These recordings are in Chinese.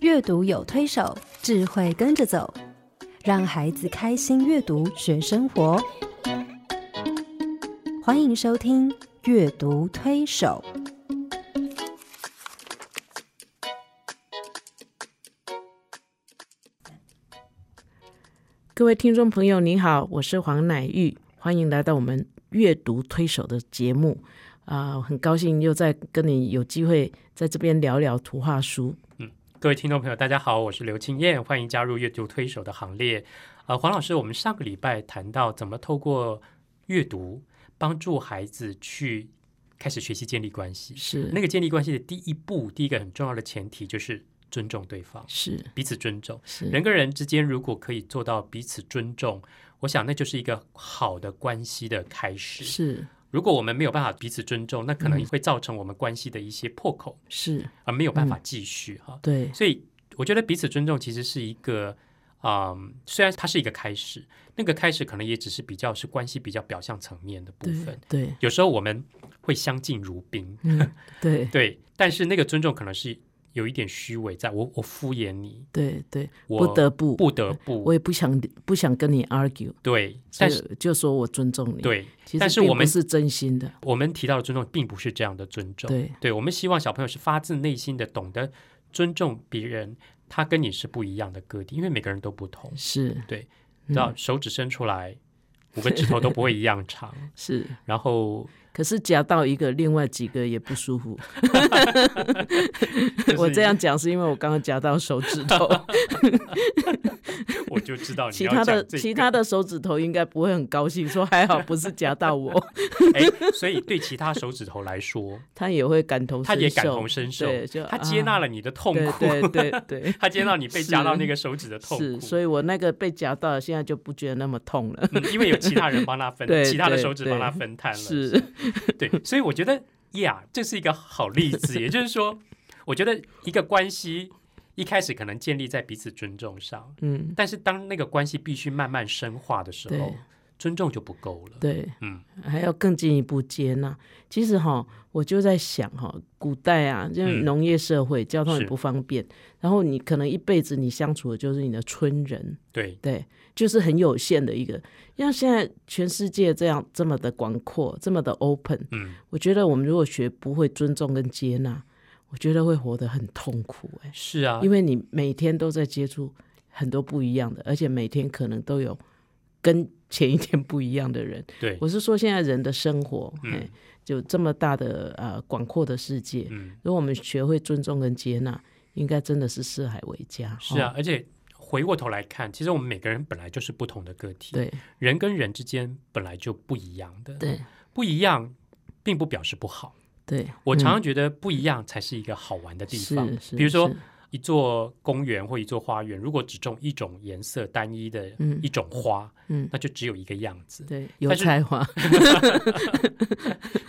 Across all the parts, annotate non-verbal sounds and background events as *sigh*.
阅读有推手，智慧跟着走，让孩子开心阅读学生活。欢迎收听《阅读推手》。各位听众朋友，您好，我是黄乃玉，欢迎来到我们阅读推手的节目啊、很高兴又在跟你有机会在这边聊聊图画书。各位听众朋友，大家好，我是刘青燕，欢迎加入阅读推手的行列。呃，黄老师，我们上个礼拜谈到怎么透过阅读帮助孩子去开始学习建立关系。是那个建立关系的第一步，第一个很重要的前提就是尊重对方，是彼此尊重。是人跟人之间如果可以做到彼此尊重，我想那就是一个好的关系的开始。是如果我们没有办法彼此尊重，那可能会造成我们关系的一些破口，是，而没有办法继续哈。对所以我觉得彼此尊重其实是一个，嗯，虽然它是一个开始，那个开始可能也只是比较是关系比较表象层面的部对分。对嗯有时候我们会相敬如宾，对对，但是那个尊重可能是有一点虚伪在，我我敷衍你，对对，我不得不，不得不我也不想不想跟你 argue，对，但是是就说我尊重你。，对，其实但是并我不们是真心的。我们提到的尊重并不是这样的尊重，对我们希望小朋友是发自内心的懂得尊重别人，他跟你是不一样的个体，因为每个人都不同。是嗯你知道，手指伸出来，五个指头都不会一样 *laughs* 长。是，然后可是夹到一个，另外几个也不舒服。 *laughs* 就是我这样讲是因为我刚刚夹到手指头，我就知道哦你其要他讲的这个其他的手指头应该不会很高兴，说还好不是夹到 *laughs* 我，哎，所以对其他手指头来 *laughs* 说，他也会感同他身也感受同，身受对就，他接纳啊了你的痛对苦，对对对 *laughs* ，他接纳你被夹到是那个手指的痛是，苦，所以我那个被夹到了，现在就不觉得那么痛了，嗯因为有其他人帮他分， *laughs* 对其他的对手指帮他对分摊了，是对，所以我觉得呀，这是一个好例子。也就是说，我觉得一个关系一开始可能建立在彼此尊重上，嗯，但是当那个关系必须慢慢深化的时候对，尊重就不够了。对，嗯，还要更进一步接纳。其实哈，我就在想哈，古代啊，就是嗯农业社会，交通也是不方便，然后你可能一辈子你相处的就是你的村人，对，对，就是很有限的一个。像现在全世界这样这么的广阔，这么的 open，嗯，我觉得我们如果学不会尊重跟接纳，我觉得会活得很痛苦哎、是啊，因为你每天都在接触很多不一样的，而且每天可能都有跟前一天不一样的人。对，我是说现在人的生活，嗯哎，就这么大的呃广阔的世界，嗯，如果我们学会尊重跟接纳，应该真的是四海为家。是啊哦，，而且。回过头来看，其实我们每个人本来就是不同的个体，对人跟人之间本来就不一样的，对不一样并不表示不好。对，我嗯常常觉得不一样才是一个好玩的地方。是是比如说是一座公园或一座花园，如果只种一种颜色单一的嗯一种花，嗯，那就只有一个样子。对，有但是才华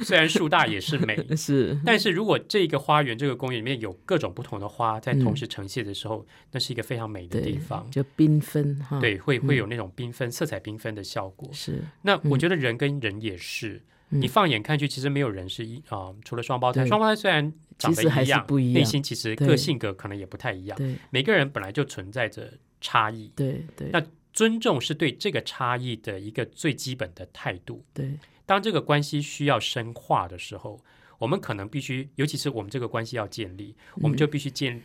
虽然树大也是 *laughs* 美，是但是如果这个花园、这个公园里面有各种不同的花在同时呈现的时候，那是一个非常美的地嗯对嗯方，。就缤纷哈，，对，会会有那种缤纷、色彩缤纷的效果。是那我觉得人跟人也是，嗯你放眼看去，其实没有人是一啊、除了双胞胎，对双胞胎虽然长得其实还一是样，不一样内心其实对各性格可能也不太一样，对每个人本来就存在着差异。对对那尊重是对这个差异的一个最基本的态度。对当这个关系需要深化的时候，我们可能必须，尤其是我们这个关系要建立，我们就必须建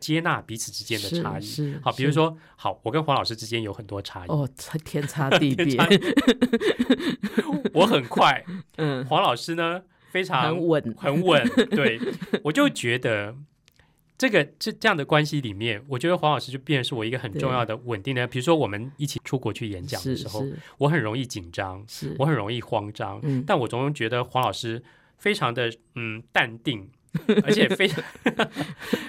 接纳彼此之间的嗯是差异。是好，比如是说，好，我跟黄老师之间有很多差异，哦，差天 *laughs* 差地别， *laughs* 我很快，嗯，黄老师呢非常很稳，很稳，对我就觉得。这个这这样的关系里面，我觉得黄老师就变成是我一个很对重要的稳定的。比如说，我们一起出国去演讲的是时候，是我很容易紧张，是，我很容易慌张， *laughs* 嗯但我总觉得黄老师非常的嗯淡定，而且非常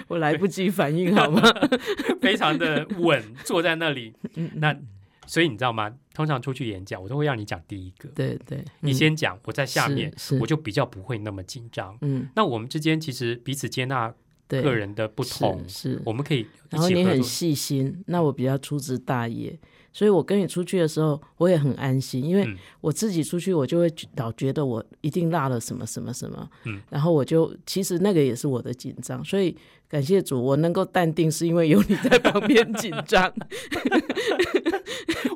我来不及反应好吗？ *laughs* 非常的稳，坐在那里。嗯那所以你知道吗？通常出去演讲，我都会让你讲第一个，对对，你嗯先讲，我在下是面，是我就比较不会那么紧张。嗯，那我们之间其实彼此接纳对，个人的不是同，是，我们可以一然后起你合很作。细心，那我比较粗枝大叶，所以我跟你出去的时候，我也很安心，因为嗯我自己出去，我就会觉老觉得我一定落了什么什么什么，嗯，然后我就其实那个也是我的紧张，所以感谢主，我能够淡定，是因为有你在旁边紧张，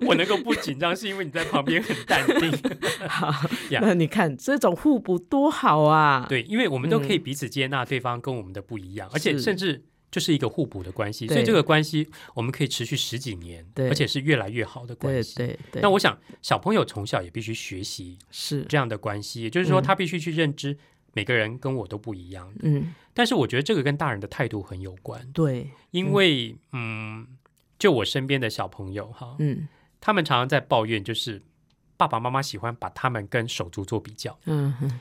我能够不紧张，是因为你在旁边很淡 *laughs* 定。好， *laughs* 呀那你看这种互补多好啊，，对，因为我们都可以彼此接纳对方跟我们的不一样，而且是甚至就是一个互补的关系，对所以这个关系我们可以持续十几年，对而且是越来越好的关对系。对对，那我想，小朋友从小也必须学习是，这样的关系，也就是说，嗯他必须去认知每个人跟我都不一样。嗯，但是我觉得这个跟大人的态度很有关，对，因为嗯，就我身边的小朋友哈，嗯他们常常在抱怨，就是爸爸妈妈喜欢把他们跟手足做比较。嗯哼，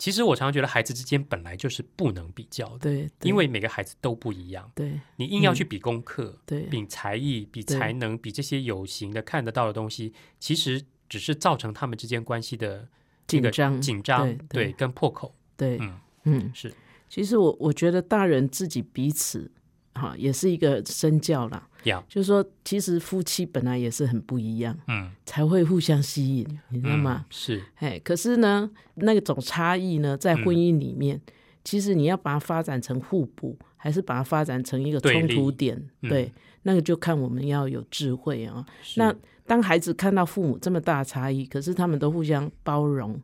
其实我常常觉得，孩子之间本来就是不能比较的，对，对因为每个孩子都不一样。对你硬要去比功课、对比才艺、比对才能、比这些有形的看得到的东西，其实只是造成他们之间关系的这紧个张紧张对对跟破口。对，嗯嗯，是其实我我觉得大人自己彼此哈、也是一个身教啦，呀，就是说其实夫妻本来也是很不一样，嗯，才会互相吸引，你知道吗嗯？是哎、可是呢，那种差异呢，在嗯婚姻里面，其实你要把它发展成互补，还是把它发展成一个对冲立突点？嗯对，那个就看我们要有智慧啊、是那当孩子看到父母这么大的差异，可是他们都互相包容，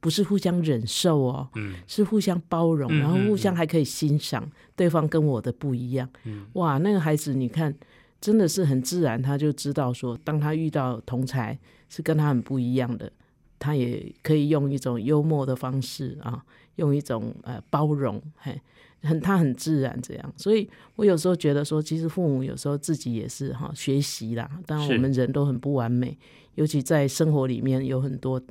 不是互相忍受哦，嗯是互相包容，嗯然后嗯互相还可以欣赏对方跟我的不一样。嗯哇，那个孩子你看，真的是很自然，他就知道说，当他遇到同才是跟他很不一样的，他也可以用一种幽默的方式啊，用一种呃包容，嘿，很他很自然这样。所以我有时候觉得说，其实父母有时候自己也是哈、学习啦，当然是我们人都很不完美，尤其在生活里面有很多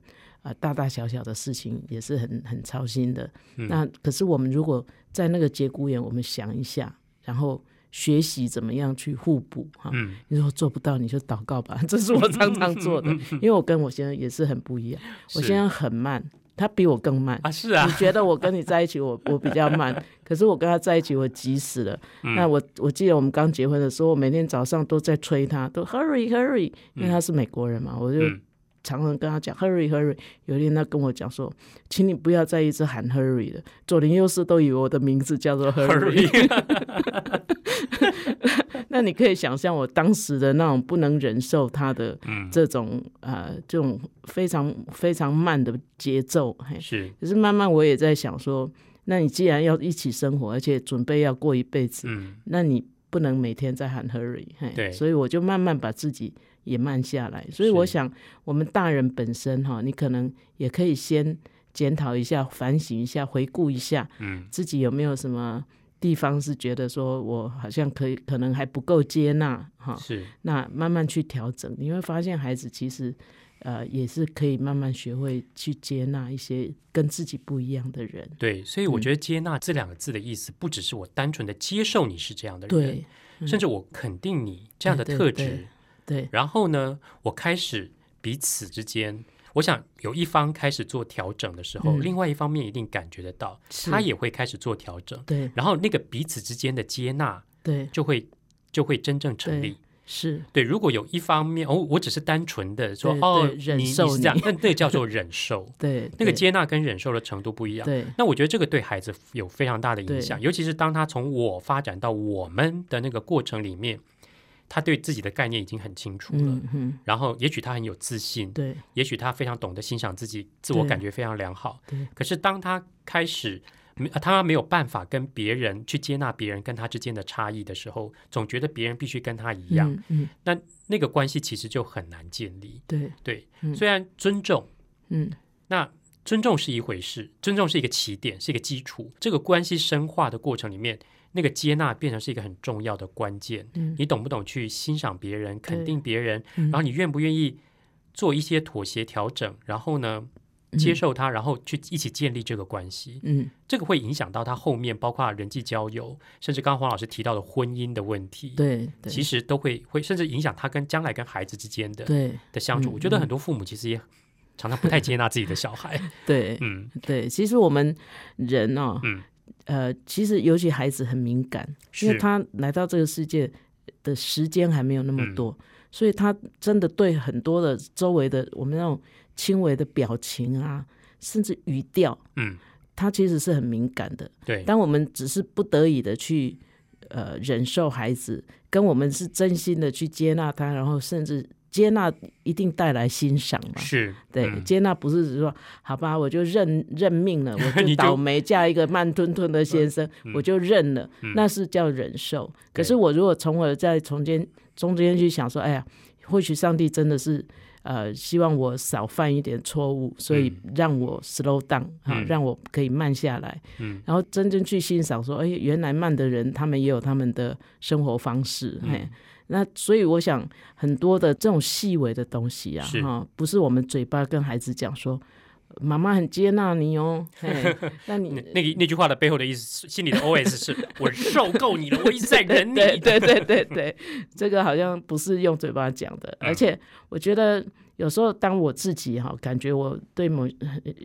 啊、大大小小的事情也是很很操心的。嗯那可是我们如果在那个节骨眼，我们想一下，然后学习怎么样去互补哈。嗯你说做不到你就祷告吧，这 *laughs* 是我常常做的，因为我跟我先生也是很不一样。我嗯是先生很慢，他比我更慢。啊是啊你，觉得我跟你在一起，我我比较 *laughs* 慢，可是我跟他在一起，我急死了。嗯那我我记得我们刚结婚的时候，我每天早上都在催他，都 hurry hurry，因为他是美国人嘛，我就嗯常常跟他讲 hurry hurry。有一天他跟我讲说，请你不要再一直喊 hurry 了，左邻右舍都以为我的名字叫做 *laughs* *laughs* hurry。那你可以想象我当时的那种不能忍受他的嗯这种、呃这种非常非常慢的节奏，嘿，是可是慢慢我也在想说，那你既然要一起生活，而且准备要过一辈子，嗯那你不能每天在喊 hurry，嘿对所以我就慢慢把自己也慢下来。所以是我想，我们大人本身哈，你可能也可以先检讨一下、反省一下、回顾一下嗯自己有没有什么。地方是觉得说，我好像可以，可能还不够接纳哈，是那慢慢去调整，你会发现孩子其实，呃，也是可以慢慢学会去接纳一些跟自己不一样的人。对，所以我嗯觉得接纳这两个字的意思，不只是我单纯的接受你是这样的人，对嗯甚至我肯定你这样的对特对质，对对然后呢，我开始彼此之间，我想有一方开始做调整的时候，嗯另外一方面一定感觉得到，是他也会开始做调整，对然后那个彼此之间的接纳对，就会就会真正成立。是对，如果有一方面哦，我只是单纯的说对哦对，忍你你受，是这样，那那叫做忍受 *laughs* 对那个对接纳跟忍受的程度不一样。对那我觉得这个对孩子有非常大的影响，尤其是当他从我发展到我们的那个过程里面，他对自己的概念已经很清楚了。嗯嗯然后也许他很有自信，对也许他非常懂得欣赏自己，自我对感觉非常良好对。可是当他开始，没呃他没有办法跟别人去接纳别人跟他之间的差异的时候，总觉得别人必须跟他一样，嗯嗯那个关系其实就很难建立。对对，嗯虽然尊重，嗯那尊重是一回事，尊重是一个起点，是一个基础。这个关系深化的过程里面，那个接纳变成是一个很重要的关键。嗯你懂不懂去欣赏别人、肯定别人，嗯然后你愿不愿意做一些妥协调整，然后呢？嗯接受他，然后去一起建立这个关系，嗯这个会影响到他后面包括人际交友，甚至刚刚黄老师提到的婚姻的问题，对对其实都会会甚至影响他跟将来跟孩子之间的对的相处。嗯我觉得很多父母其实也常常不太接纳自己的小 *laughs* 孩，对嗯，对，其实我们人哦，嗯呃，其实尤其孩子很敏感，因为是嗯他来到这个世界的时间还没有那么多，所以他真的对很多的周围的我们那种轻微的表情啊，甚至语调，嗯，他其实是很敏感的。对，当我们只是不得已的去呃忍受孩子，跟我们是真心的去接纳他，然后甚至接纳一定带来欣赏嘛。是，对，嗯接纳不是只说好吧，我就认认命 *laughs* 了，我你就就嗯倒霉嫁一个慢吞吞的先生，我就认了，那是叫忍受。可是我如果从而在中间中间去想说，哎呀，或许上帝真的是呃希望我少犯一点错误，所以让我 slow down 啊，嗯让我可以慢下来。嗯，然后真正去欣赏说，哎，原来慢的人他们也有他们的生活方式，哎、那所以我想，很多的这种细微的东西啊，是哈、不是我们嘴巴跟孩子讲说，妈妈很接纳你哦， *laughs* 嘿那那你那个那句话的背后的意思是，心里的 OS *laughs* 是我受够你了，我一直在忍对你。对对对对， *laughs* 这个好像不是用嘴巴讲的，嗯而且我觉得有时候当我自己哈，感觉我对某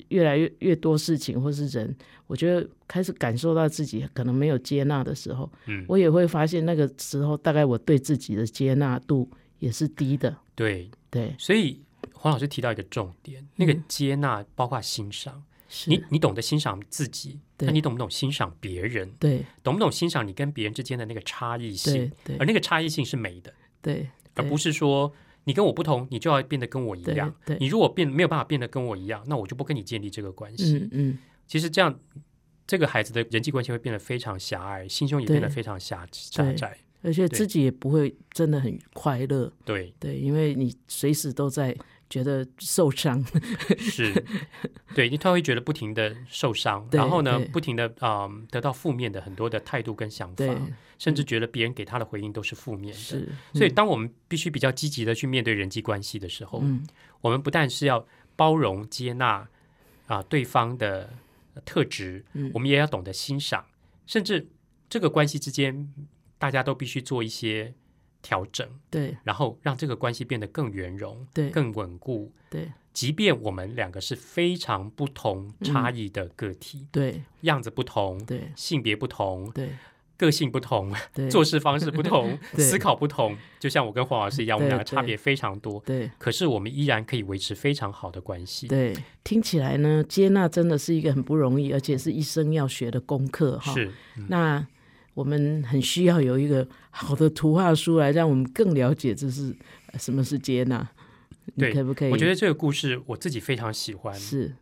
越来越越多事情或是人，我觉得开始感受到自己可能没有接纳的时候，嗯我也会发现那个时候大概我对自己的接纳度也是低的，对，对，所以黄老师提到一个重点，那个接纳包括欣赏，嗯是，你你懂得欣赏自己，对那你懂不懂欣赏别人？对懂不懂欣赏你跟别人之间的那个差异对性？对而那个差异性是美的，对，而对不是说你跟我不同，你就要变得跟我一对样。对你如果变没有办法变得跟我一样，那我就不跟你建立这个关系。嗯嗯，其实这样，这个孩子的人际关系会变得非常狭隘，心胸也对变得非常狭狭窄。而且对自己也不会真的很快乐，对，对，因为你随时都在觉得受伤， *laughs* 是，对，你突然会觉得不停的受伤，对然后呢对，不停的啊、嗯得到负面的很多的态度跟想法对，，嗯甚至觉得别人给他的回应都是负面的。是，所以，当我们必须比较积极的去面对人际关系的时候，嗯，我们不但是要包容、接纳啊对方的呃特质，嗯我们也要懂得欣赏，甚至这个关系之间，大家都必须做一些调整，对然后让这个关系变得更圆融、对更稳固。对即便我们两个是非常不同、差异的个体，对样子不同，嗯对性别不同，对个性不同，对，做事方式不同， *laughs* 对思考不同，就像我跟黄老师一样，我们对两个差对别非常多。对可是我们依然可以维持非常好的关系。对，听起来呢，接纳真的是一个很不容易，而且是一生要学的功课哈。是，嗯那我们很需要有一个好的图画书来让我们更了解这是呃什么是接纳，你对可不可以？我觉得这个故事我自己非常喜欢，是，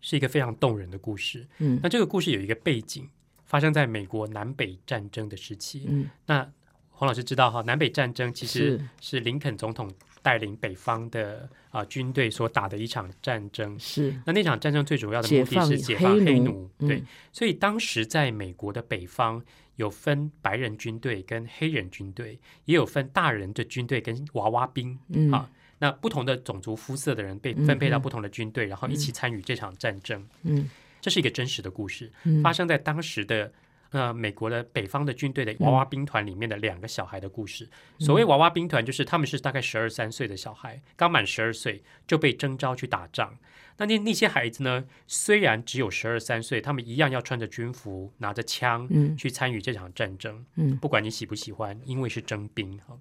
是一个非常动人的故事。嗯那这个故事有一个背景，发生在美国南北战争的时期。嗯，那黄老师知道哈，南北战争其实是是林肯总统带领北方的啊、军队所打的一场战争。是，那那场战争最主要的目的是解嗯解放放黑黑奴奴，嗯对，所以当时在美国的北方有分白人军队跟黑人军队，也有分大人的军队跟娃娃兵，嗯啊，那不同的种族肤色的人被分配到不同的军队，然后一起参与这场战争，嗯这是一个真实的故事，嗯，发生在当时的。呃，美国的北方的军队的娃娃兵团里面的两个小孩的故事。嗯所谓娃娃兵团，就是他们是大概十二三岁的小孩，刚满十二岁就被征召去打仗。那那那些孩子呢，虽然只有十二三岁，他们一样要穿着军服，拿着枪嗯去参与这场战争。嗯不管你喜不喜欢，因为是征兵哈。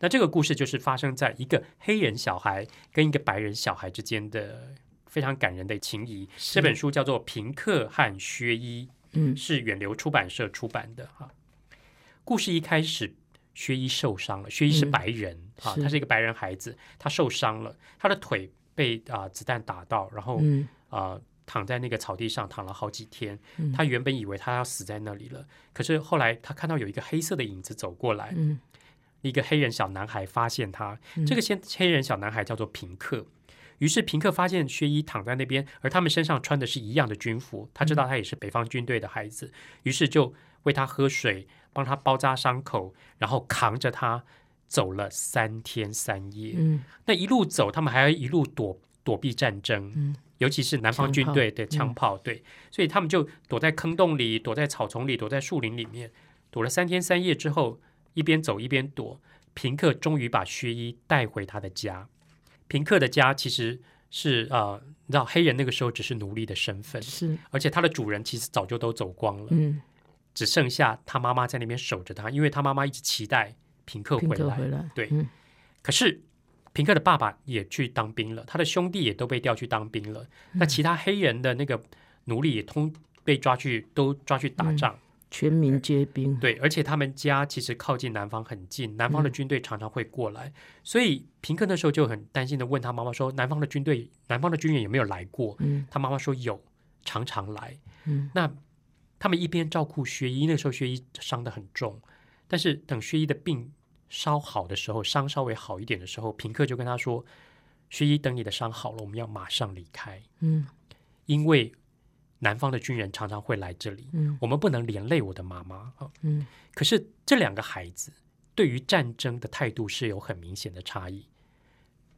那这个故事就是发生在一个黑人小孩跟一个白人小孩之间的非常感人的情谊。是这本书叫做《平克和薛伊》，嗯是远流出版社出版的哈。故事一开始，薛伊受伤了。薛伊是嗯白人、啊，是他是一个白人孩子，他受伤了，他的腿被啊、子弹打到，然后嗯啊、躺在那个草地上躺了好几天嗯。他原本以为他要死在那里了，可是后来他看到有一个黑色的影子走过来，嗯一个黑人小男孩发现他。这个先黑人小男孩叫做平克。于是平克发现薛伊躺在那边，而他们身上穿的是一样的军服，他知道他也是北方军队的孩子，于是就喂他喝水，帮他包扎伤口，然后扛着他走了三天三夜。嗯那一路走，他们还要一路躲躲避战争，嗯尤其是南方军队的枪炮，对，所以他们就躲在坑洞里，躲在草丛里，躲在树林里面，躲了三天三夜之后，一边走一边躲。平克终于把薛伊带回他的家。平克的家其实是呃，你知道黑人那个时候只是奴隶的身份，是，而且他的主人其实早就都走光了，嗯，只剩下他妈妈在那边守着他，因为他妈妈一直期待平克平回克来。回来，对嗯可是平克的爸爸也去当兵了，他的兄弟也都被调去当兵了，那其他黑人的那个奴隶也通被抓去，都抓去打仗。全民皆兵，对，而且他们家其实靠近南方很近，南嗯方的军队常常会过来，所以平克那时候就很担心的问他妈妈说：“南方的军队，南方的军人有没有来过？”嗯他妈妈说有，常常来。嗯，那他们一边照顾薛一，那时候薛一伤得很重，但是等薛一的病稍好的时候，伤稍微好一点的时候，平克就跟他说：“薛一，等你的伤好了，我们要马上离开。”嗯，因为南方的军人常常会来这里，嗯我们不能连累我的妈妈啊。嗯，可是这两个孩子对于战争的态度是有很明显的差异。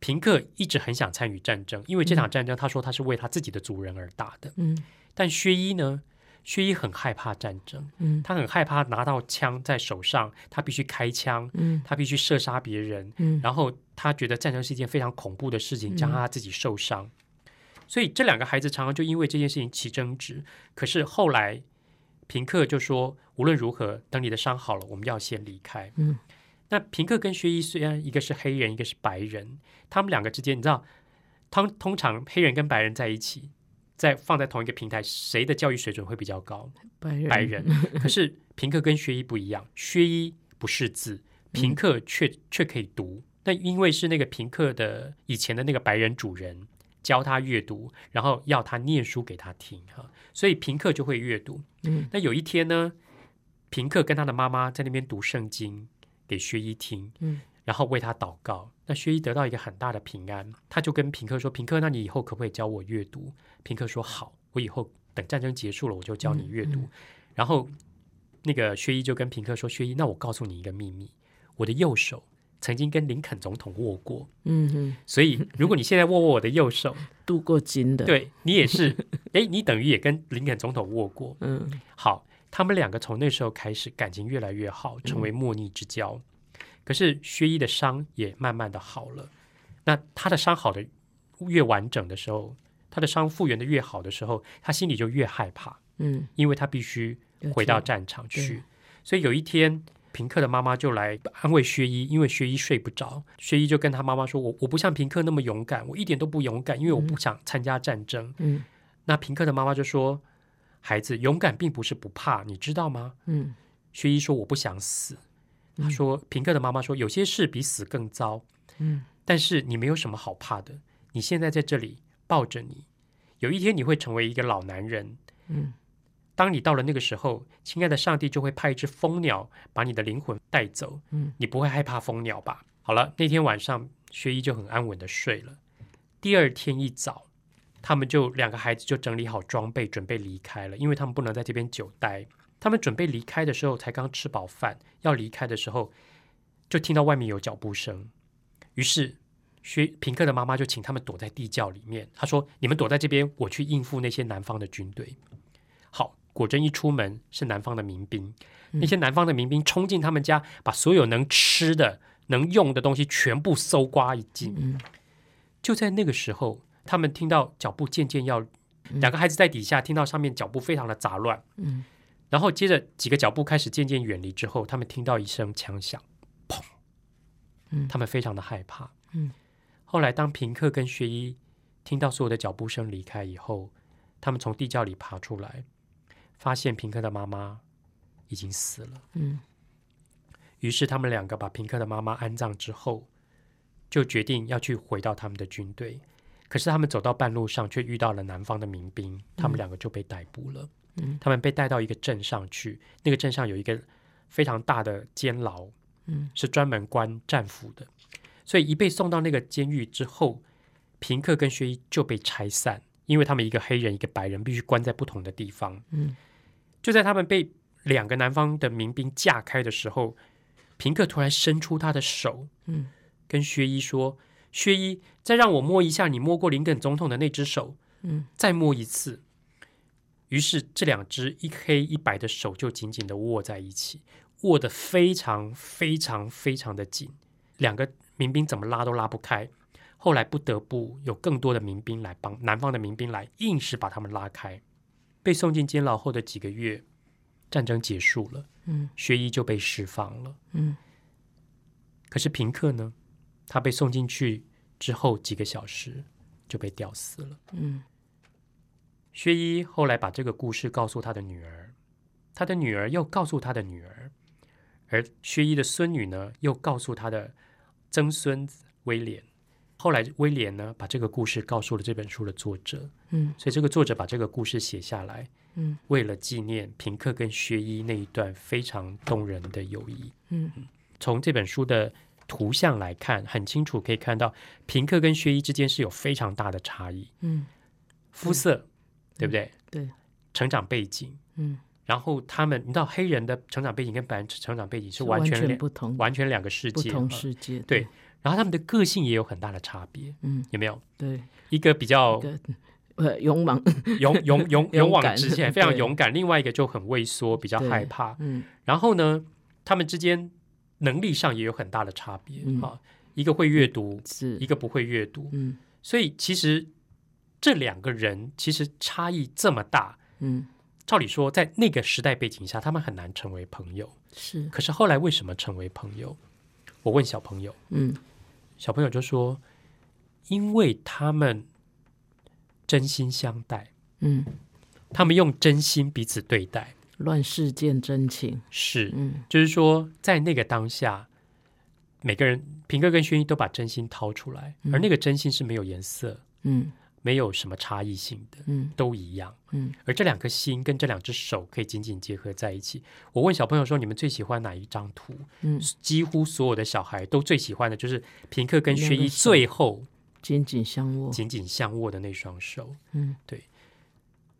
平克一直很想参与战争，因为这场战争，他说他是为他自己的族人而打的。嗯但薛一呢，薛一很害怕战争，嗯他很害怕拿到枪在手上，他必须开枪，嗯他必须射杀别人，嗯然后他觉得战争是一件非常恐怖的事情，加上他自己受伤，所以这两个孩子常常就因为这件事情起争执。可是后来，平克就说，无论如何，等你的伤好了，我们要先离开。嗯，那平克跟薛一虽然一个是黑人，一个是白人，他们两个之间，你知道，通通常黑人跟白人在一起，在放在同一个平台，谁的教育水准会比较高？白人白 *laughs* 人。可是平克跟薛一不一样，薛一不识字，平克却、却可以读。那因为是那个平克的以前的那个白人主人教他阅读，然后要他念书给他听哈，所以平克就会阅读。嗯，那有一天呢，平克跟他的妈妈在那边读圣经给薛一听，嗯，然后为他祷告。那薛一得到一个很大的平安，他就跟平克说：“平克，那你以后可不可以教我阅读？”平克说：“好，我以后等战争结束了，我就教你阅读。然后那个薛一就跟平克说：“薛一，那我告诉你一个秘密，我的右手曾经跟林肯总统握过，嗯嗯，所以如果你现在握握我的右手， *laughs* 镀过金的，，对你也是， *laughs* 诶，你等于也跟林肯总统握过。嗯好，他们两个从那时候开始感情越来越好，成为莫逆之交。可是薛一的伤也慢慢的好了，那他的伤好的越完整的时候，他的伤复原的越好的时候，他心里就越害怕，嗯，因为他必须有回到钱战场对去。所以有一天，平克的妈妈就来安慰薛一，因为薛一睡不着。薛一就跟他妈妈说：“我我不像平克那么勇敢，我一点都不勇敢，因为我不想参加战争。”嗯那平克的妈妈就说：“孩子，勇敢并不是不怕，你知道吗嗯？”薛一说：“我不想死。”他说：“平克的妈妈说，有些事比死更糟，嗯但是你没有什么好怕的。你现在在这里抱着你，有一天你会成为一个老男人。嗯当你到了那个时候，亲爱的上帝就会派一只蜂鸟把你的灵魂带走。嗯，你不会害怕蜂鸟吧？好了，那天晚上薛一就很安稳的睡了。第二天一早，他们就两个孩子就整理好装备，准备离开了，因为他们不能在这边久待。他们准备离开的时候，才刚吃饱饭，要离开的时候，就听到外面有脚步声。于是，薛平克的妈妈就请他们躲在地窖里面。她说：“你们躲在这边，我去应付那些南方的军队。”好，果真一出门是南方的民兵，嗯那些南方的民兵冲进他们家，把所有能吃的、能用的东西全部搜刮一尽。嗯就在那个时候，他们听到脚步渐渐要，两个孩子在底下听到上面脚步非常的杂乱，嗯，然后接着几个脚步开始渐渐远离之后，他们听到一声枪响，砰嗯，他们非常的害怕。嗯，后来当平克跟薛一听到所有的脚步声离开以后，他们从地窖里爬出来，发现平克的妈妈已经死了。嗯，于是他们两个把平克的妈妈安葬之后，就决定要去回到他们的军队。可是他们走到半路上，却遇到了南方的民兵，他们两个就被逮捕了。嗯，他们被带到一个镇上去，那个镇上有一个非常大的监牢，嗯，是专门关战俘的。所以一被送到那个监狱之后，平克跟薛一就被拆散，因为他们一个黑人一个白人，必须关在不同的地方。嗯，就在他们被两个南方的民兵架开的时候，平克突然伸出他的手，嗯，跟薛一说：“薛一，再让我摸一下你摸过林肯总统的那只手，嗯，再摸一次。”于是这两只一黑一白的手就紧紧的握在一起，握得非常非常非常的紧，两个民兵怎么拉都拉不开。后来不得不有更多的民兵来帮南方的民兵来，硬是把他们拉开。被送进监牢后的几个月，战争结束了，嗯，薛一就被释放了，嗯。可是平克呢？他被送进去之后几个小时就被吊死了。嗯薛一后来把这个故事告诉他的女儿，他的女儿又告诉他的女儿，而薛一的孙女呢，又告诉他的曾孙子威廉。后来威廉呢，把这个故事告诉了这本书的作者，嗯所以这个作者把这个故事写下来，嗯，为了纪念平克跟薛一那一段非常动人的友谊。嗯，从这本书的图像来看，很清楚可以看到平克跟薛一之间是有非常大的差异。嗯肤色，对不对？对，成长背景，嗯，然后他们，你知道黑人的成长背景跟白人成长背景是完完全两全不同完全两个世不界，同嗯世界。对，然后他们的个性也有很大的差别，嗯有没有？对，一个比较一个呃勇莽， *laughs* 勇勇勇勇勇敢往直前，非常对勇敢；另外一个就很畏缩，比较害怕。嗯然后呢，他们之间能力上也有很大的差别嗯啊，一个会阅读，是一个不会阅读。嗯所以其实这两个人其实差异这么大，嗯照理说，在那个时代背景下，他们很难成为朋友。是可是后来为什么成为朋友？我问小朋友，嗯小朋友就说：“因为他们真心相待，嗯他们用真心彼此对待。乱世见真情。是，嗯就是说，在那个当下，每个人平哥跟轩逸都把真心掏出来，而那个真心是没有颜色、嗯没有什么差异性的，嗯都一样。嗯而这两颗心跟这两只手可以紧紧结合在一起。我问小朋友说：“你们最喜欢哪一张图？”嗯，几乎所有的小孩都最喜欢的就是平克跟薛两一个手最后紧紧相握。紧紧相握的那双手。哦嗯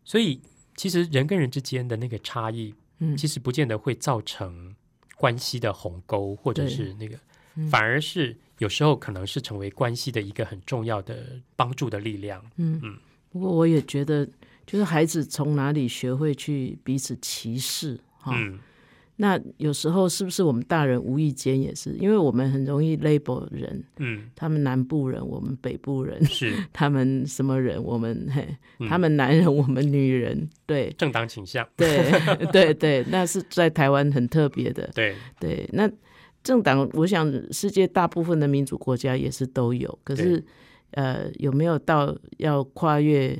所以，其实人跟人之间的那个差异，嗯其实不见得会造成关系的鸿沟，或者对是那个嗯，反而是有时候可能是成为关系的一个很重要的帮助的力量。嗯。不过我也觉得，就是孩子从哪里学会去彼此歧视哈。嗯，那有时候是不是我们大人无意间也是，因为我们很容易 label 人，嗯，他们南部人，我们北部人，是他们什么人，我们嘿，嗯他们男人，我们女人，对正当倾向。对 *laughs* 对对，那是在台湾很特别的， *laughs* 对，对，那政党，我想世界大部分的民主国家也是都有，可是呃，有没有到要跨越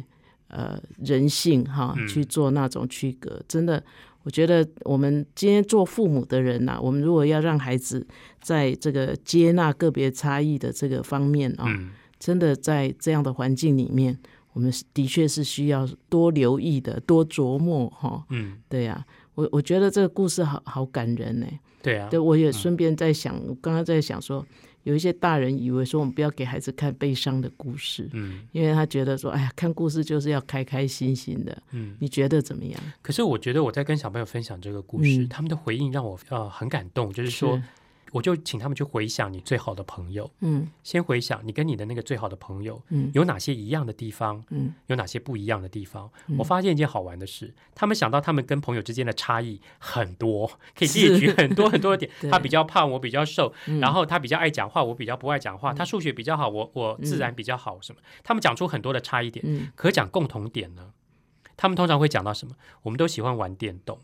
呃人性哈、嗯去做那种区隔？真的，我觉得我们今天做父母的人呐、我们如果要让孩子在这个接纳个别差异的这个方面啊、嗯，真的在这样的环境里面，我们是的确是需要多留意的，多琢磨哈、嗯，对呀、我我觉得这个故事好好感人呢、对啊对，，我也顺便在想，我刚刚在想说，有一些大人以为说我们不要给孩子看悲伤的故事，嗯因为他觉得说，哎呀，看故事就是要开开心心的。嗯。你觉得怎么样？可是我觉得我在跟小朋友分享这个故事，嗯他们的回应让我呃很感动，就是说，我就请他们去回想你最好的朋友，嗯先回想你跟你的那个最好的朋友嗯有哪些一样的地方，嗯，有哪些不一样的地方。嗯我发现一件好玩的事，他们想到他们跟朋友之间的差异很多，可以列举是很多很多的 *laughs* 对点。他比较胖，我比较瘦，嗯然后他比较爱讲话，我比较不爱讲话。他数学比较好，我我自然比较好，什么？他们讲出很多的差异点。嗯可讲共同点呢？他们通常会讲到什么？我们都喜欢玩电动，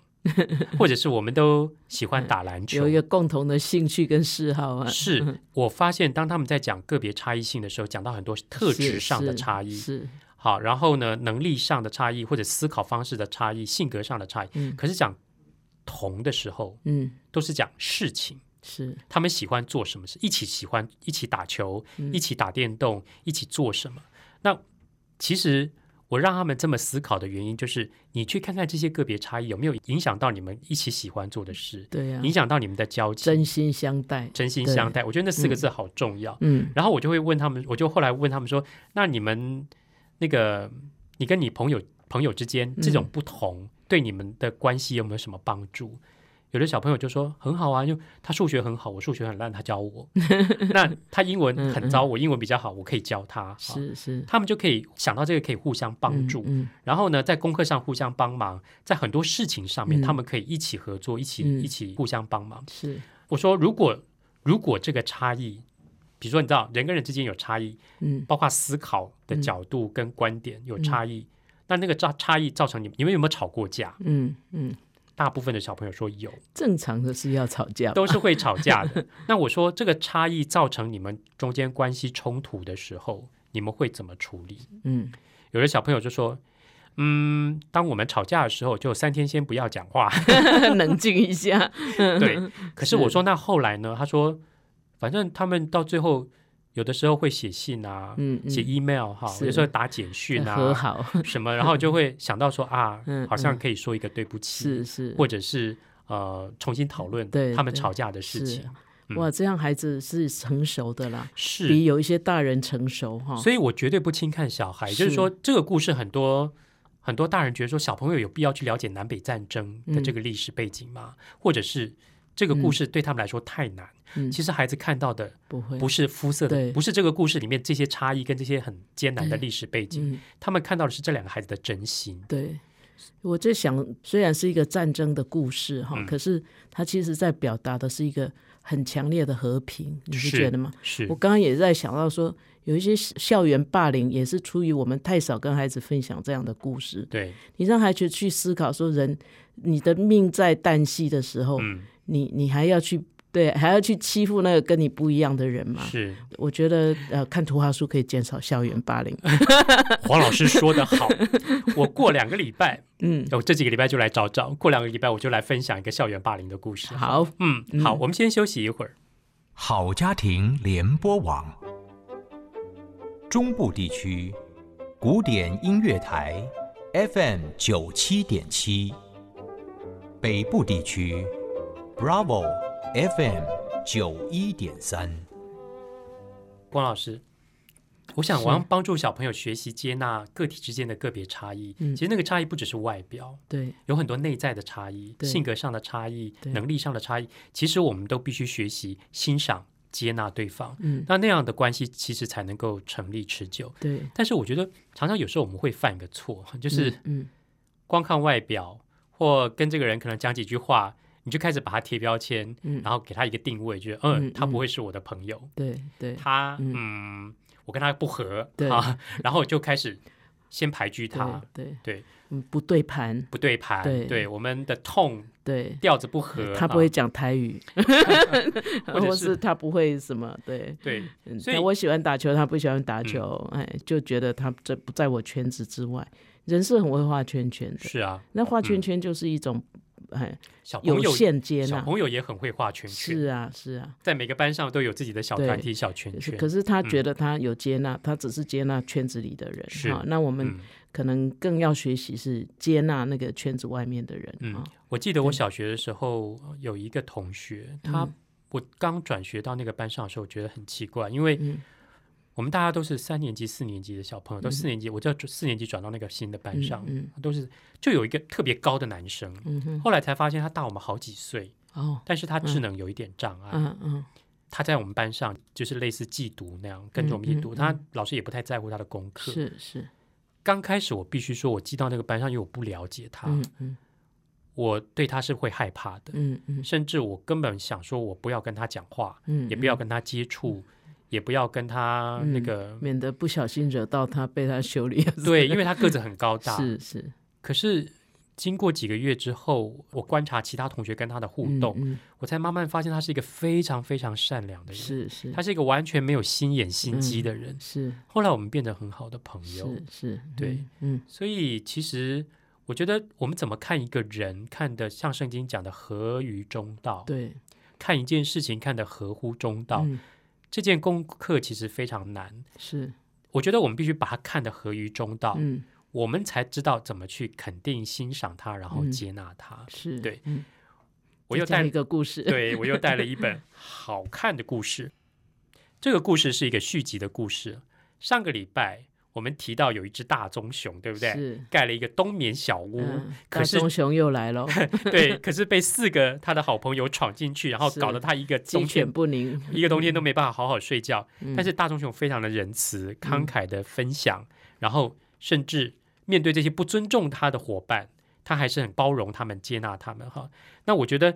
或者是我们都喜欢打篮球嗯有一。个共同的兴趣跟嗜好啊，是我发现，当他们在讲个别差异性的时候，讲到很多特质是上的是差异，是好，然后呢，能力上的差异，或者思考方式的差异，性格上的差异。嗯可是讲同的时候，嗯都是讲事情，是他们喜欢做什么事，一起喜欢一起打球，嗯一起打电动，一起做什么。那其实我让他们这么思考的原因，就是你去看看这些个别差异有没有影响到你们一起喜欢做的事，对呀、影响到你们的交集，真心相待，真心相待。我觉得那四个字好重要。嗯然后我就会问他们，我就后来问他们说：“那你们那个，你跟你朋友朋友之间这嗯种不同，对你们的关系有没有什么帮助？”有的小朋友就说很好啊，就他数学很好，我数学很烂，他 *laughs* 教我。那他英文很糟，我英文比较好，我可以教他。啊，嗯是是他们就可以想到这个，可以互相帮助。嗯然后呢，在功课上互相帮忙，在很多事情上嗯面，他们可以一起合作，一起、嗯一起互相帮忙嗯。是我说，如果如果这个差异，比如说你知道人跟人之间有差异，嗯包括思考的角度跟观点有差异，那那个差差异造成你们你们有没有吵过架？嗯嗯大部分的小朋友说有，正常的是要吵架吧，都是会吵架的。那我说这个差异造成你们中间关系冲突的时候，你们会怎么处理？ *laughs* 嗯，有的小朋友就说。嗯，当我们吵架的时候，就三天先不要讲话。冷静一下。 *laughs* 对，可是我嗯说那后来呢？他说，反正他们到最后有的时候会写信啊，嗯，嗯写 email 哈，是有时候打简讯啊，和 *laughs* 好什么，然后就会想到说啊 *laughs* 嗯，好像可以说一个对不起，是是，或者是呃重新讨论对他们对吵架的事是情。嗯哇，这样孩子是成熟的啦，是，比有一些大人成熟哈。所以我绝对不轻看小孩，就是是说这个故事很多。很多大人觉得说，小朋友有必要去了解南北战争嗯的这个历史背景吗？或者是这个故事对他们来说太难？嗯其实孩子看到的不会不是肤色的，对不是这个故事里面这些差异跟这些很艰难的历史背景，嗯，他们看到的是这两个孩子的真心。对。我在想，虽然是一个战争的故事哈，嗯可是它其实在表达的是一个很强烈的和平，你不是觉得吗？是我，刚刚也在想到说，有一些校园霸凌也是出于我们太少跟孩子分享这样的故事。对，你让孩子去思考说人，你的命在旦夕的时候，嗯，你你还要去对，还要去欺负那个跟你不一样的人嘛？是。我觉得呃，看图画书可以减少校园霸凌。黄老师说的好，我过两个礼拜， *laughs* 嗯，我这几个礼拜就来找找，过两个礼拜我就来分享一个校园霸凌的故事。，好，嗯，好，我们先休息一会儿。好家庭联播网，中部地区古典音乐台 FM 九七点七，北部地区 Bravo FM 九一点三。光老师，我想是我要帮助小朋友学习接纳个体之间的个别差异。嗯其实那个差异不只是外表，对，有很多内在的差异，对性格上的差异，对能力上的差异，其实我们都必须学习欣赏、接纳对方。嗯，那那样的关系其实才能够成立持久。对，但是我觉得常常有时候我们会犯一个错，就是嗯，光看外表或跟这个人可能讲几句话，你就开始把他贴标签，嗯然后给他一个定位，觉得嗯，嗯他不会是我的朋友，对对他嗯嗯我跟他不合对啊，然后就开始先排拒他，对对对，嗯，不对盘，不对盘，对我们的痛对。调子不合，嗯他不啊会讲台语， *laughs* 或者或是是他不会什么对，对，嗯所以嗯但我喜欢打球，他不喜欢打球，哎，就觉得他这不在我圈子之外。人是很会画圈圈的，是啊，那画圈圈就是一种、哎小朋有友限接小纳，朋友也很会画圈圈，是啊是啊。在每个班上都有自己的小对团体、小圈可是圈。可是他嗯觉得他有接纳，他只是接纳圈子里的人是啊。那我们嗯可能更要学习是接纳那个圈子外面的人嗯啊。，我记得我小学的时候呃有一个同学，他嗯我刚转学到那个班上的时候，我觉得很奇怪，因为嗯我们大家都是三年级、四年级的小朋友，都四年级，我就四年级转到那个新的班上，嗯都是就有一个特别高的男生，嗯哼，后来才发现他大我们好几岁，哦，但是他智能有一点障碍，嗯嗯，他在我们班上就是类似寄读那样跟着我们一起读，嗯嗯他老师也不太在乎他的功课，是是，刚开始我必须说，我寄到那个班上，因为我不了解他，嗯嗯我对他是会害怕的，嗯嗯甚至我根本想说，我不要跟他讲话，嗯，也不要跟他接触，也不要跟他那个、免得不小心惹到他，被他修理。 *laughs* 对，因为他个子很高 *laughs* 大。 *laughs* 是是可是经过几个月之后，我观察其他同学跟他的互嗯动，嗯我才慢慢发现他是一个非常非常善良的人，是嗯是，他是一个完全没有心眼心机的人。是后来我们变得很好的朋友，是是，对嗯，所以其实我觉得我们怎么看一个人，看的像圣经讲的合于中道嗯，对，看一件事情看的合乎中道，嗯这件功课其实非常难。是，我觉得我们必须把它看得合于中道，嗯我们才知道怎么去肯定、欣赏它，然后嗯接纳它。是，对嗯，我再又讲带一个故事， *laughs* 对我又带了一本好看的故事。这个故事是一个续集的故事。上个礼拜我们提到有一只大棕 *laughs* 熊，对不对？是，盖了一个冬眠小屋，嗯，可大是棕熊又来 *laughs* 了，对，可是被四个他的好朋友闯进去，然后搞得他一个鸡冬犬天不宁。一个冬天都没办法好好睡觉。嗯但是大棕熊非常的仁慈，慷慨的分享，然后甚至面对这些不尊重他的伙伴，他还是很包容他们、接纳他们哈。那我觉得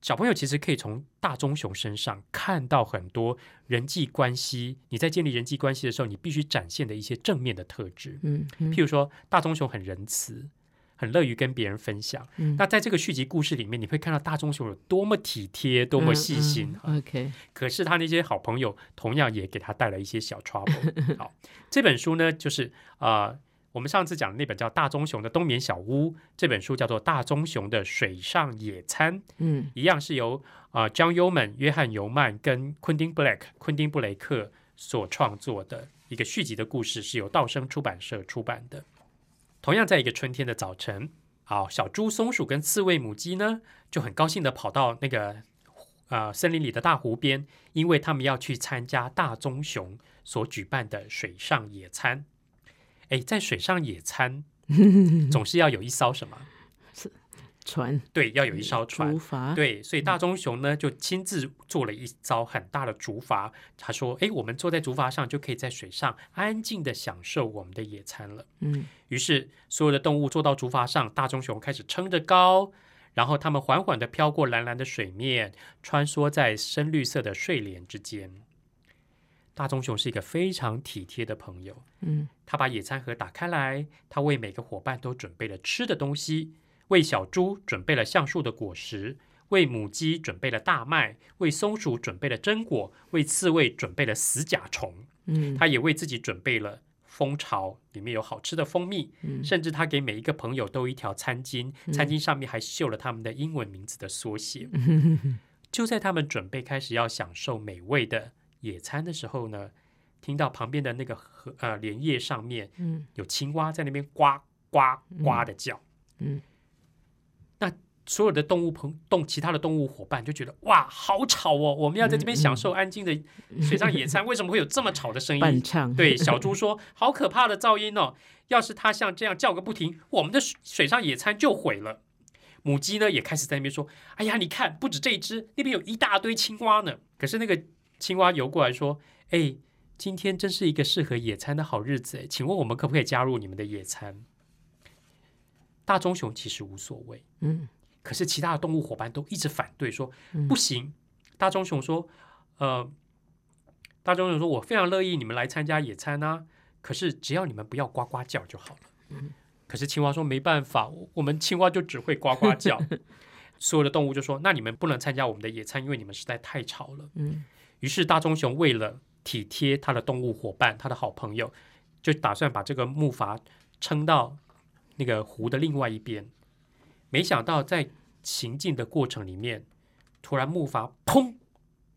小朋友其实可以从大棕熊身上看到很多人际关系，你在建立人际关系的时候，你必须展现的一些正面的特质。嗯，嗯譬如说，大棕熊很仁慈，很乐于跟别人分享。嗯那在这个续集故事里面，你会看到大棕熊有多么体贴，多么细心。啊嗯嗯 OK，可是他那些好朋友同样也给他带来一些小 trouble。好， *laughs* 这本书呢，就是呃，我们上次讲的那本叫《大棕熊的冬眠小屋》，这本书叫做《大棕熊的水上野餐》，嗯一样是由啊、呃、John Yeoman、约翰尤曼跟昆汀布莱克、昆汀布雷克所创作的一个续集的故事，是由道生出版社出版的。同样在一个春天的早晨，啊，小猪、松鼠跟刺猬母鸡呢，就很高兴的跑到那个呃森林里的大湖边，因为他们要去参加大棕熊所举办的水上野餐。哎，在水上野餐，总是要有一艘什么？船对，要有一艘船竹。筏，对，所以大棕熊呢就亲自做了一艘很大的竹筏。他说：“哎，我们坐在竹筏上，就可以在水上安静的享受我们的野餐了。”嗯，于是所有的动物坐到竹筏上，大棕熊开始撑着高，然后它们缓缓的飘过蓝蓝的水面，穿梭在深绿色的睡莲之间。大棕熊是一个非常体贴的朋友，嗯，他把野餐盒打开来，他为每个伙伴都准备了吃的东西，为小猪准备了橡树的果实，为母鸡准备了大麦，为松鼠准备了榛果，为刺猬准备了死甲虫。嗯，他也为自己准备了蜂巢，里面有好吃的蜂蜜，嗯甚至他给每一个朋友都一条餐巾，餐巾上面还绣了他们的英文名字的 *laughs* 缩写。就在他们准备开始要享受美味的野餐的时候呢，听到旁边的那个荷呃莲叶上面，嗯有青蛙在那边呱呱呱的叫，嗯那所有的动物朋动其他的动物伙伴就觉得哇，好吵哦！我们要在嗯这边享受安 *laughs* 静的水上野餐，为什么会有这么吵的声伴音？唱，对，小猪说：“ *laughs* 好可怕的噪音哦！要是它像这样叫个不停，我们的水水上野餐就毁了。”母鸡呢也开始在那边说：“哎呀，你看，不止这一只，那边有一大堆青蛙呢。”可是那个青蛙游过来说：“哎，今天真是一个适合野餐的好日子哎，请问我们可不可以加入你们的野餐？”大棕熊其实无所谓，嗯可是其他的动物伙伴都一直反对说、不行。大棕熊说：“呃，大棕熊说我非常乐意你们来参加野餐啊，可是只要你们不要呱呱叫就好了。可是青蛙说：“没办法，我我们青蛙就只会呱呱叫。”所有的动物就说：“那你们不能参加我们的野餐，因为你们实在太吵了。”嗯于是大棕熊为了体贴它的动物伙伴，它的好朋友，就打算把这个木筏撑到那个湖的另外一边。没想到在行进的过程里面，突然木筏砰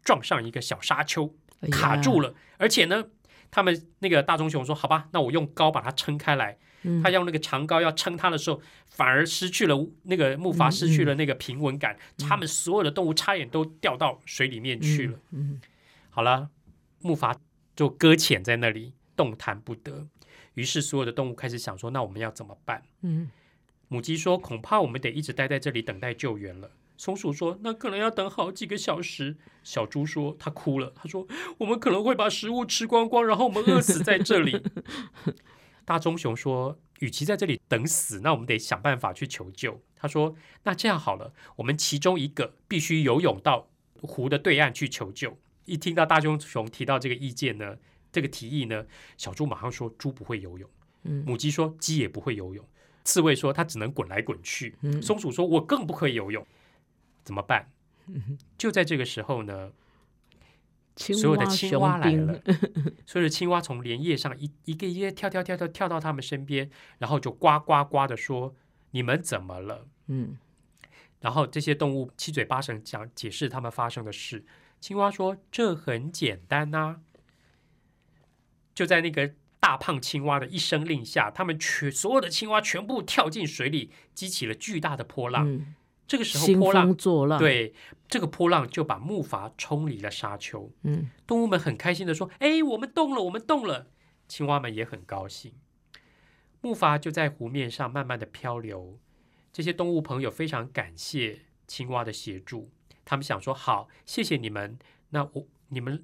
撞上一个小沙丘，哎呀卡住了。而且呢，他们那个大棕熊说：“好吧，那我用篙把它撑开来。嗯他用那个长篙要撑它的时候，反而失去了那个木嗯筏失去了那个平稳感，他们所有的动物差点都掉到水里面去了。嗯好了，木筏就搁浅在那里，动弹不得。于是所有的动物开始想说：那我们要怎么办？嗯母鸡说：“恐怕我们得一直待在这里等待救援了。”松鼠说：“那可能要等好几个小时。”小猪说：“它哭了。”它说：“我们可能会把食物吃光光，然后我们饿死在 *laughs* 这里。”大棕熊说：“与其在这里等死，那我们得想办法去求救。”他说：“那这样好了，我们其中一个必须游泳到湖的对岸去求救。”一听到大棕熊提到这个意见呢，这个提议呢，小猪马上说：“猪不会游泳。”嗯母鸡说：“鸡也不会游泳。”刺猬说它只能滚来滚去，嗯松鼠说我更不会游泳，怎么 *laughs* 办？就在这个时候呢，青所有的蛙青雄蛙来兵 *laughs* 了，所有的青蛙从莲叶上一一个一个跳跳跳跳跳到他们身边，然后就呱呱呱的说：“你们怎么了？”嗯然后这些动物七嘴八舌讲解释他们发生的事。青蛙说：“这很简单呐、就在那个大胖青蛙的一声令下，他们全所有的青蛙全部跳进水里，激起了巨大的波浪。嗯，这个啊时候，兴波浪风作浪，，对这个波浪就把木筏冲离了沙丘。嗯动物们很开心的说：“哎，我们动了，我们动了！”青蛙们也很高兴。木筏就在湖面上慢慢的漂流。这些动物朋友非常感谢青蛙的协助，他们想说：“好，谢谢你们，那我你们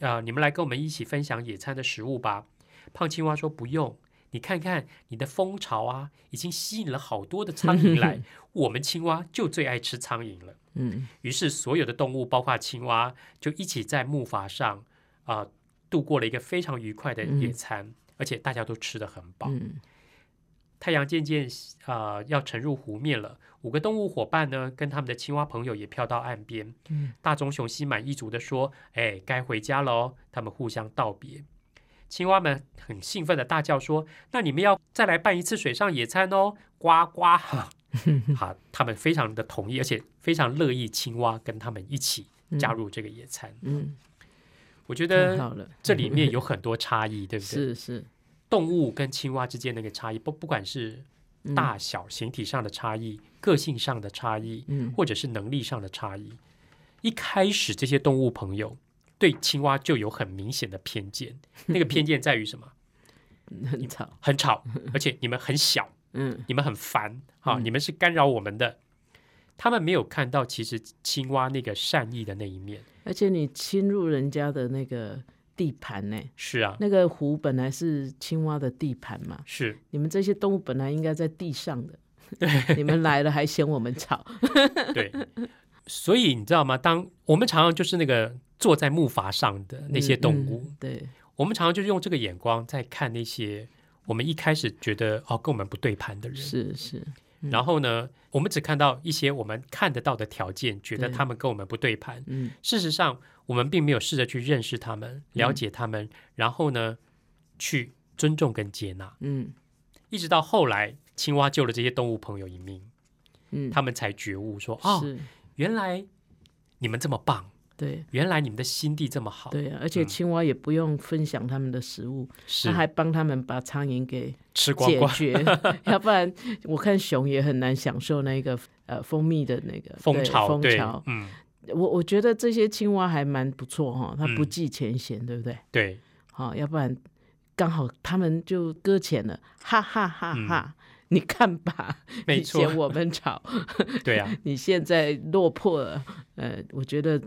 呃，你们来跟我们一起分享野餐的食物吧。”胖青蛙说：“不用。”你看看你的蜂巢啊，已经吸引了好多的苍 *laughs* 蝇来。我们青蛙就最爱吃苍蝇了。嗯于是所有的动物，包括青蛙，就一起在木筏上啊、度过了一个非常愉快的野餐，而且大家都吃得很饱。嗯太阳渐渐啊、呃要沉入湖面了，五个动物伙伴呢跟他们的青蛙朋友也飘到岸边。嗯大棕熊心满意足的说：“哎，该回家喽！”他们互相道别。青蛙们很兴奋的大叫说：“那你们要再来办一次水上野餐哦！”呱呱 *laughs* 哈，好，他们非常的同意，而且非常乐意青蛙跟他们一起加入这个野餐。嗯，我觉太得好了，这里面有很多差异，呃对不对？是是动物跟青蛙之间那个差异，不不管是嗯大小、形体上的差异、个性上的差异，嗯或者是能力上的差异。一开始这些动物朋友对青蛙就有很明显的 *laughs* 偏见，那个偏见在于什么？很吵，*laughs* 很吵，而且你们很小，嗯你们很烦，哈、嗯你们是干扰我们的。他们没有看到其实青蛙那个善意的那一面。而且你侵入人家的那个地盘呢、是啊，那个湖本来是青蛙的地盘嘛，是你们这些动物本来应该在地上 *laughs* 的，你们来了还嫌我们吵，对。所以你知道吗？当我们常常就是那个坐在木筏上的 *laughs* 那些动物，嗯嗯对，我们常常就是用这个眼光在看那些我们一开始觉得哦跟我们不对盘的人。是是，然后呢，我们只看到一些我们看得到的条件，觉得对他们跟我们不对盘。嗯事实上，我们并没有试着去认识他们、嗯了解他们，然后呢，去尊重跟接纳。嗯一直到后来，青蛙救了这些动物朋友一命，嗯，他们才觉悟说：“哦，是，原来你们这么棒，对原来你们的心地这么好。”对啊，而且青蛙也不用分享他们的食物，嗯是它还帮他们把苍蝇给吃光解光决， *laughs* 要不然我看熊也很难享受那个呃蜂蜜的那个蜂对巢，蜂对巢，。嗯，我我觉得这些青蛙还蛮不错哈、它不嗯计前嫌，对不对？对，好、要不然刚好他们就搁浅了，哈哈哈哈！ *laughs* 你看吧，嗯没以错前我们吵， *laughs* 对啊，你现在落魄了，呃，我觉得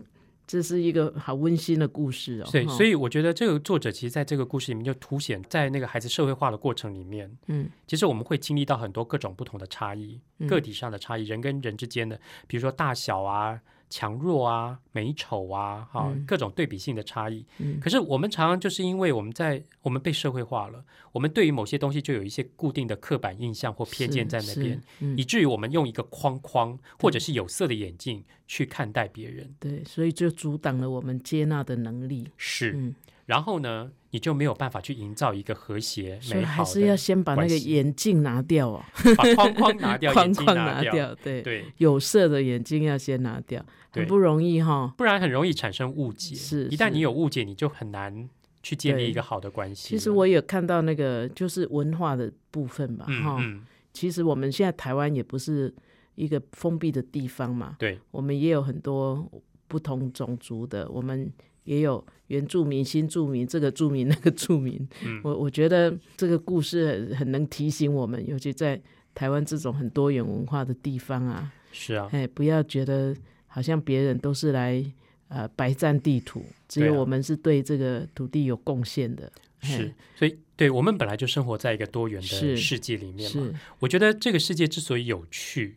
这是一个好温馨的故事哦。对，哈所以我觉得这个作者其实在这个故事里面就凸显，在那个孩子社会化的过程里面，嗯，其实我们会经历到很多各种不同的差异，个体上的差异，人跟人之间的，比如说大小啊、强弱啊、美丑啊，哈、各种对比性的差异。嗯可是我们常常就是因为我们在我们被社会化了，我们对于某些东西就有一些固定的刻板印象或偏见在那边，，是是嗯以，至于我们用一个框框或者是有色的眼镜去看待别人。对，所以就阻挡了我们接纳的能力。是，嗯，然后呢，你就没有办法去营造一个和谐所以美好还的，是要先把那关个系眼镜拿掉 *laughs* 哦，把框框 *laughs* 拿掉，框眼镜框拿掉，掉，对，对，有色的眼镜要先拿掉，对很不容易哈、不然很容易产生误解。是一旦是你有误解，你就很难去建立一个好的关系了。其实我有看到那个就是文化的部分吧，嗯哈、嗯，其实我们现在台湾也不是一个封闭的地方嘛，对，我们也有很多不同种族的，我们也有原住民、新住民，这个住民那个住民。嗯我我觉得这个故事很很能提醒我们，尤其在台湾这种很多元文化的地方啊，是啊，哎，不要觉得好像别人都是来呃白占地图，只有对啊我们是对这个土地有贡献的。哎是嘿，所以对我们本来就生活在一个多元的是世界里面嘛是。我觉得这个世界之所以有趣。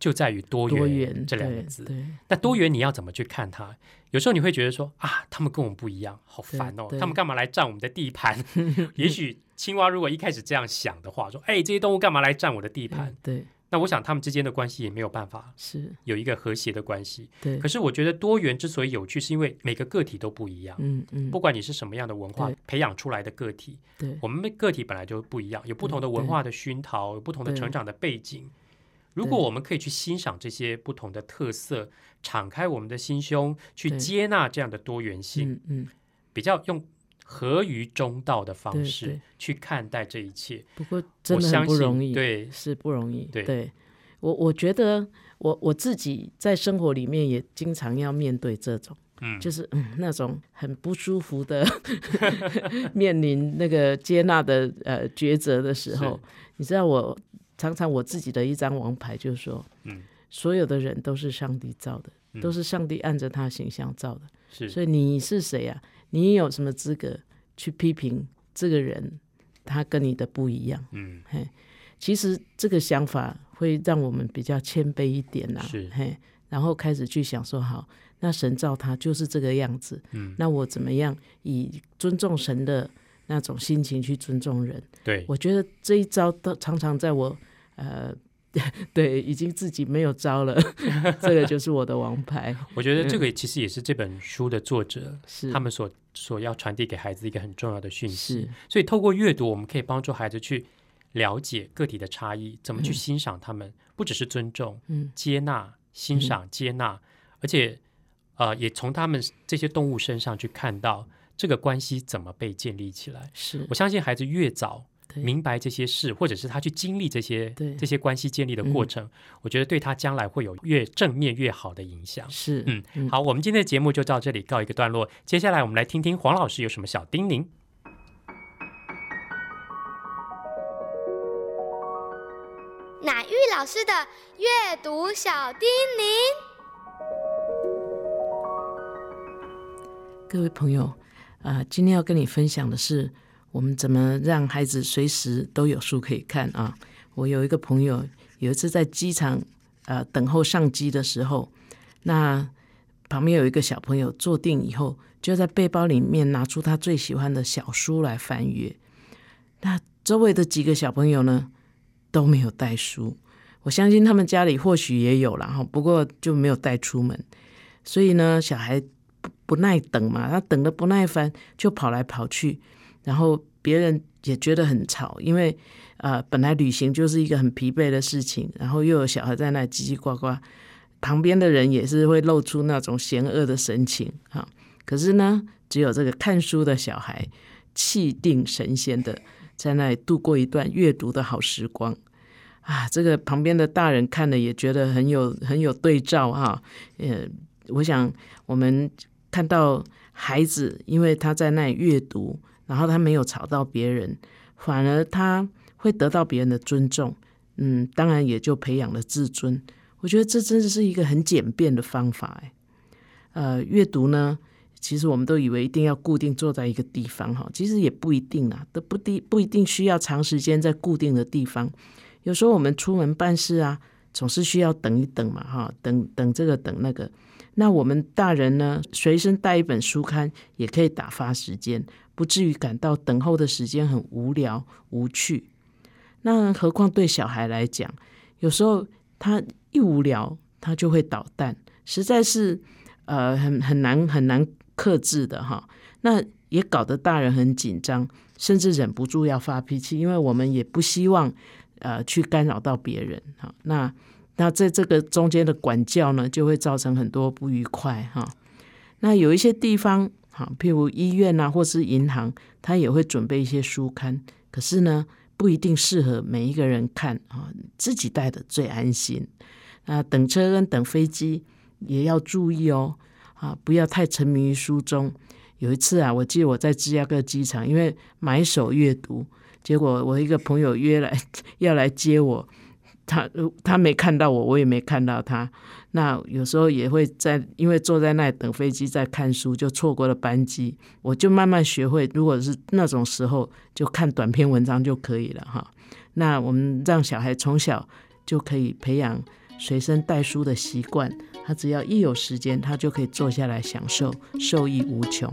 就在于多多元这两个对字。对哎那多元你要怎么去看它？有时候你会觉得说啊，他们跟我们不一样，好对烦哦，对他们干嘛来占我们的 *laughs* 地盘？也许青蛙如果一开始这样想的话，说哎，这些动物干嘛来占我的地盘？对那我想他们之间的关系也没有办法是，有一个和谐的关系。对可，是我觉得多元之所以有趣，是因为每个个体都不一样。嗯嗯，不管你是什么样的文化对培养出来的个体，对我们个体本来就不一样，有不同的文化的熏陶，有不同的嗯对成长的背景。如果我们可以去欣赏这些不同的特色，敞开我们的心胸，去对接纳这样的多元性，嗯嗯。比较用合于中道的方对式对去看待这一切，不过真我的很相不信容易，，对，是不容易。对我我觉得我我自己在生活里面也经常要面对这种，嗯，就是嗯那种很不舒服的 *laughs* 面临那个接纳的呃抉择的时候是，你知道我常常我自己的一张王牌就是说，嗯，所有的人都是上帝造的。嗯都是上帝按着他的形象造的，是所以你是谁啊？你有什么资格去批评这个人？他跟你的不一样。嗯，其实这个想法会让我们比较谦卑一点啦、是嘿，然后开始去想说，好，那神造他就是这个样子，嗯，那我怎么样以尊重神的那种心情去尊重人。对，我觉得这一招都常常在我呃， *laughs* 对，已经自己没有招了， *laughs* 这个就是我的王牌。我觉得这个其实也是这本书的作者嗯是他们所所要传递给孩子一个很重要的讯息。是所以透过阅读，我们可以帮助孩子去了解个体的差异，怎么去欣赏他们，不只是尊重、嗯接纳、欣赏、接纳，而且呃，也从他们这些动物身上去看到这个关系怎么被建立起来。是我相信孩子越早嗯对明白这些事，或者是他去经历这些对嗯这些关系建立的过程，我觉得对他将来会有越正面越好的影响。是嗯，好，我们今天的节目就到这里告一个段落。接下来我们来听听黄老师有什么小叮咛。乃玉老师的阅读小叮咛。各位朋友，啊、今天要跟你分享的是，我们怎么让孩子随时都有书可以看啊。我有一个朋友，有一次在机场啊、呃等候上机的时候，那旁边有一个小朋友坐定以后，就在背包里面拿出他最喜欢的小书来翻阅。那周围的几个小朋友呢，都没有带书。我相信他们家里或许也有啦，哈，不过就没有带出门。所以呢，小孩不不耐等嘛，他等的不耐烦，就跑来跑去，然后别人也觉得很吵，因为呃，本来旅行就是一个很疲惫的事情，然后又有小孩在那里叽叽呱呱，旁边的人也是会露出那种嫌恶的神情啊。可是呢，只有这个看书的小孩气定神闲的在那里度过一段阅读的好时光。啊，这个旁边的大人看了也觉得很有很有对照哈、呃，我想我们看到孩子，因为他在那里阅读，然后他没有吵到别人，反而他会得到别人的尊重，嗯，当然也就培养了自尊。我觉得这真的是一个很简便的方法，哎，呃，阅读呢，其实我们都以为一定要固定坐在一个地方哈，其实也不一定啦，都不定不一定需要长时间在固定的地方。有时候我们出门办事啊，总是需要等一等嘛，哈，等等这个等那个。那我们大人呢，随身带一本书刊，也可以打发时间，不至于感到等候的时间很无聊无趣。那何况对小孩来讲，有时候他一无聊，他就会捣蛋，实在是呃很很难很难克制的哈。那也搞得大人很紧张，甚至忍不住要发脾气，因为我们也不希望呃去干扰到别人哈。那那在这个中间的管教呢，就会造成很多不愉快哈。那有一些地方，哈，譬如医院啊，或是银行，它也会准备一些书刊，可是呢，不一定适合每一个人看啊，自己带的最安心。啊，等车跟等飞机也要注意哦，啊，不要太沉迷于书中。有一次啊，我记得我在芝加哥机场，因为买手阅读，结果我一个朋友约来 *laughs* 要来接我，他他没看到我，我也没看到他。那有时候也会在，因为坐在那里等飞机在看书，就错过了班机。我就慢慢学会，如果是那种时候，就看短篇文章就可以了哈。那我们让小孩从小就可以培养随身带书的习惯，他只要一有时间，他就可以坐下来享受，受益无穷。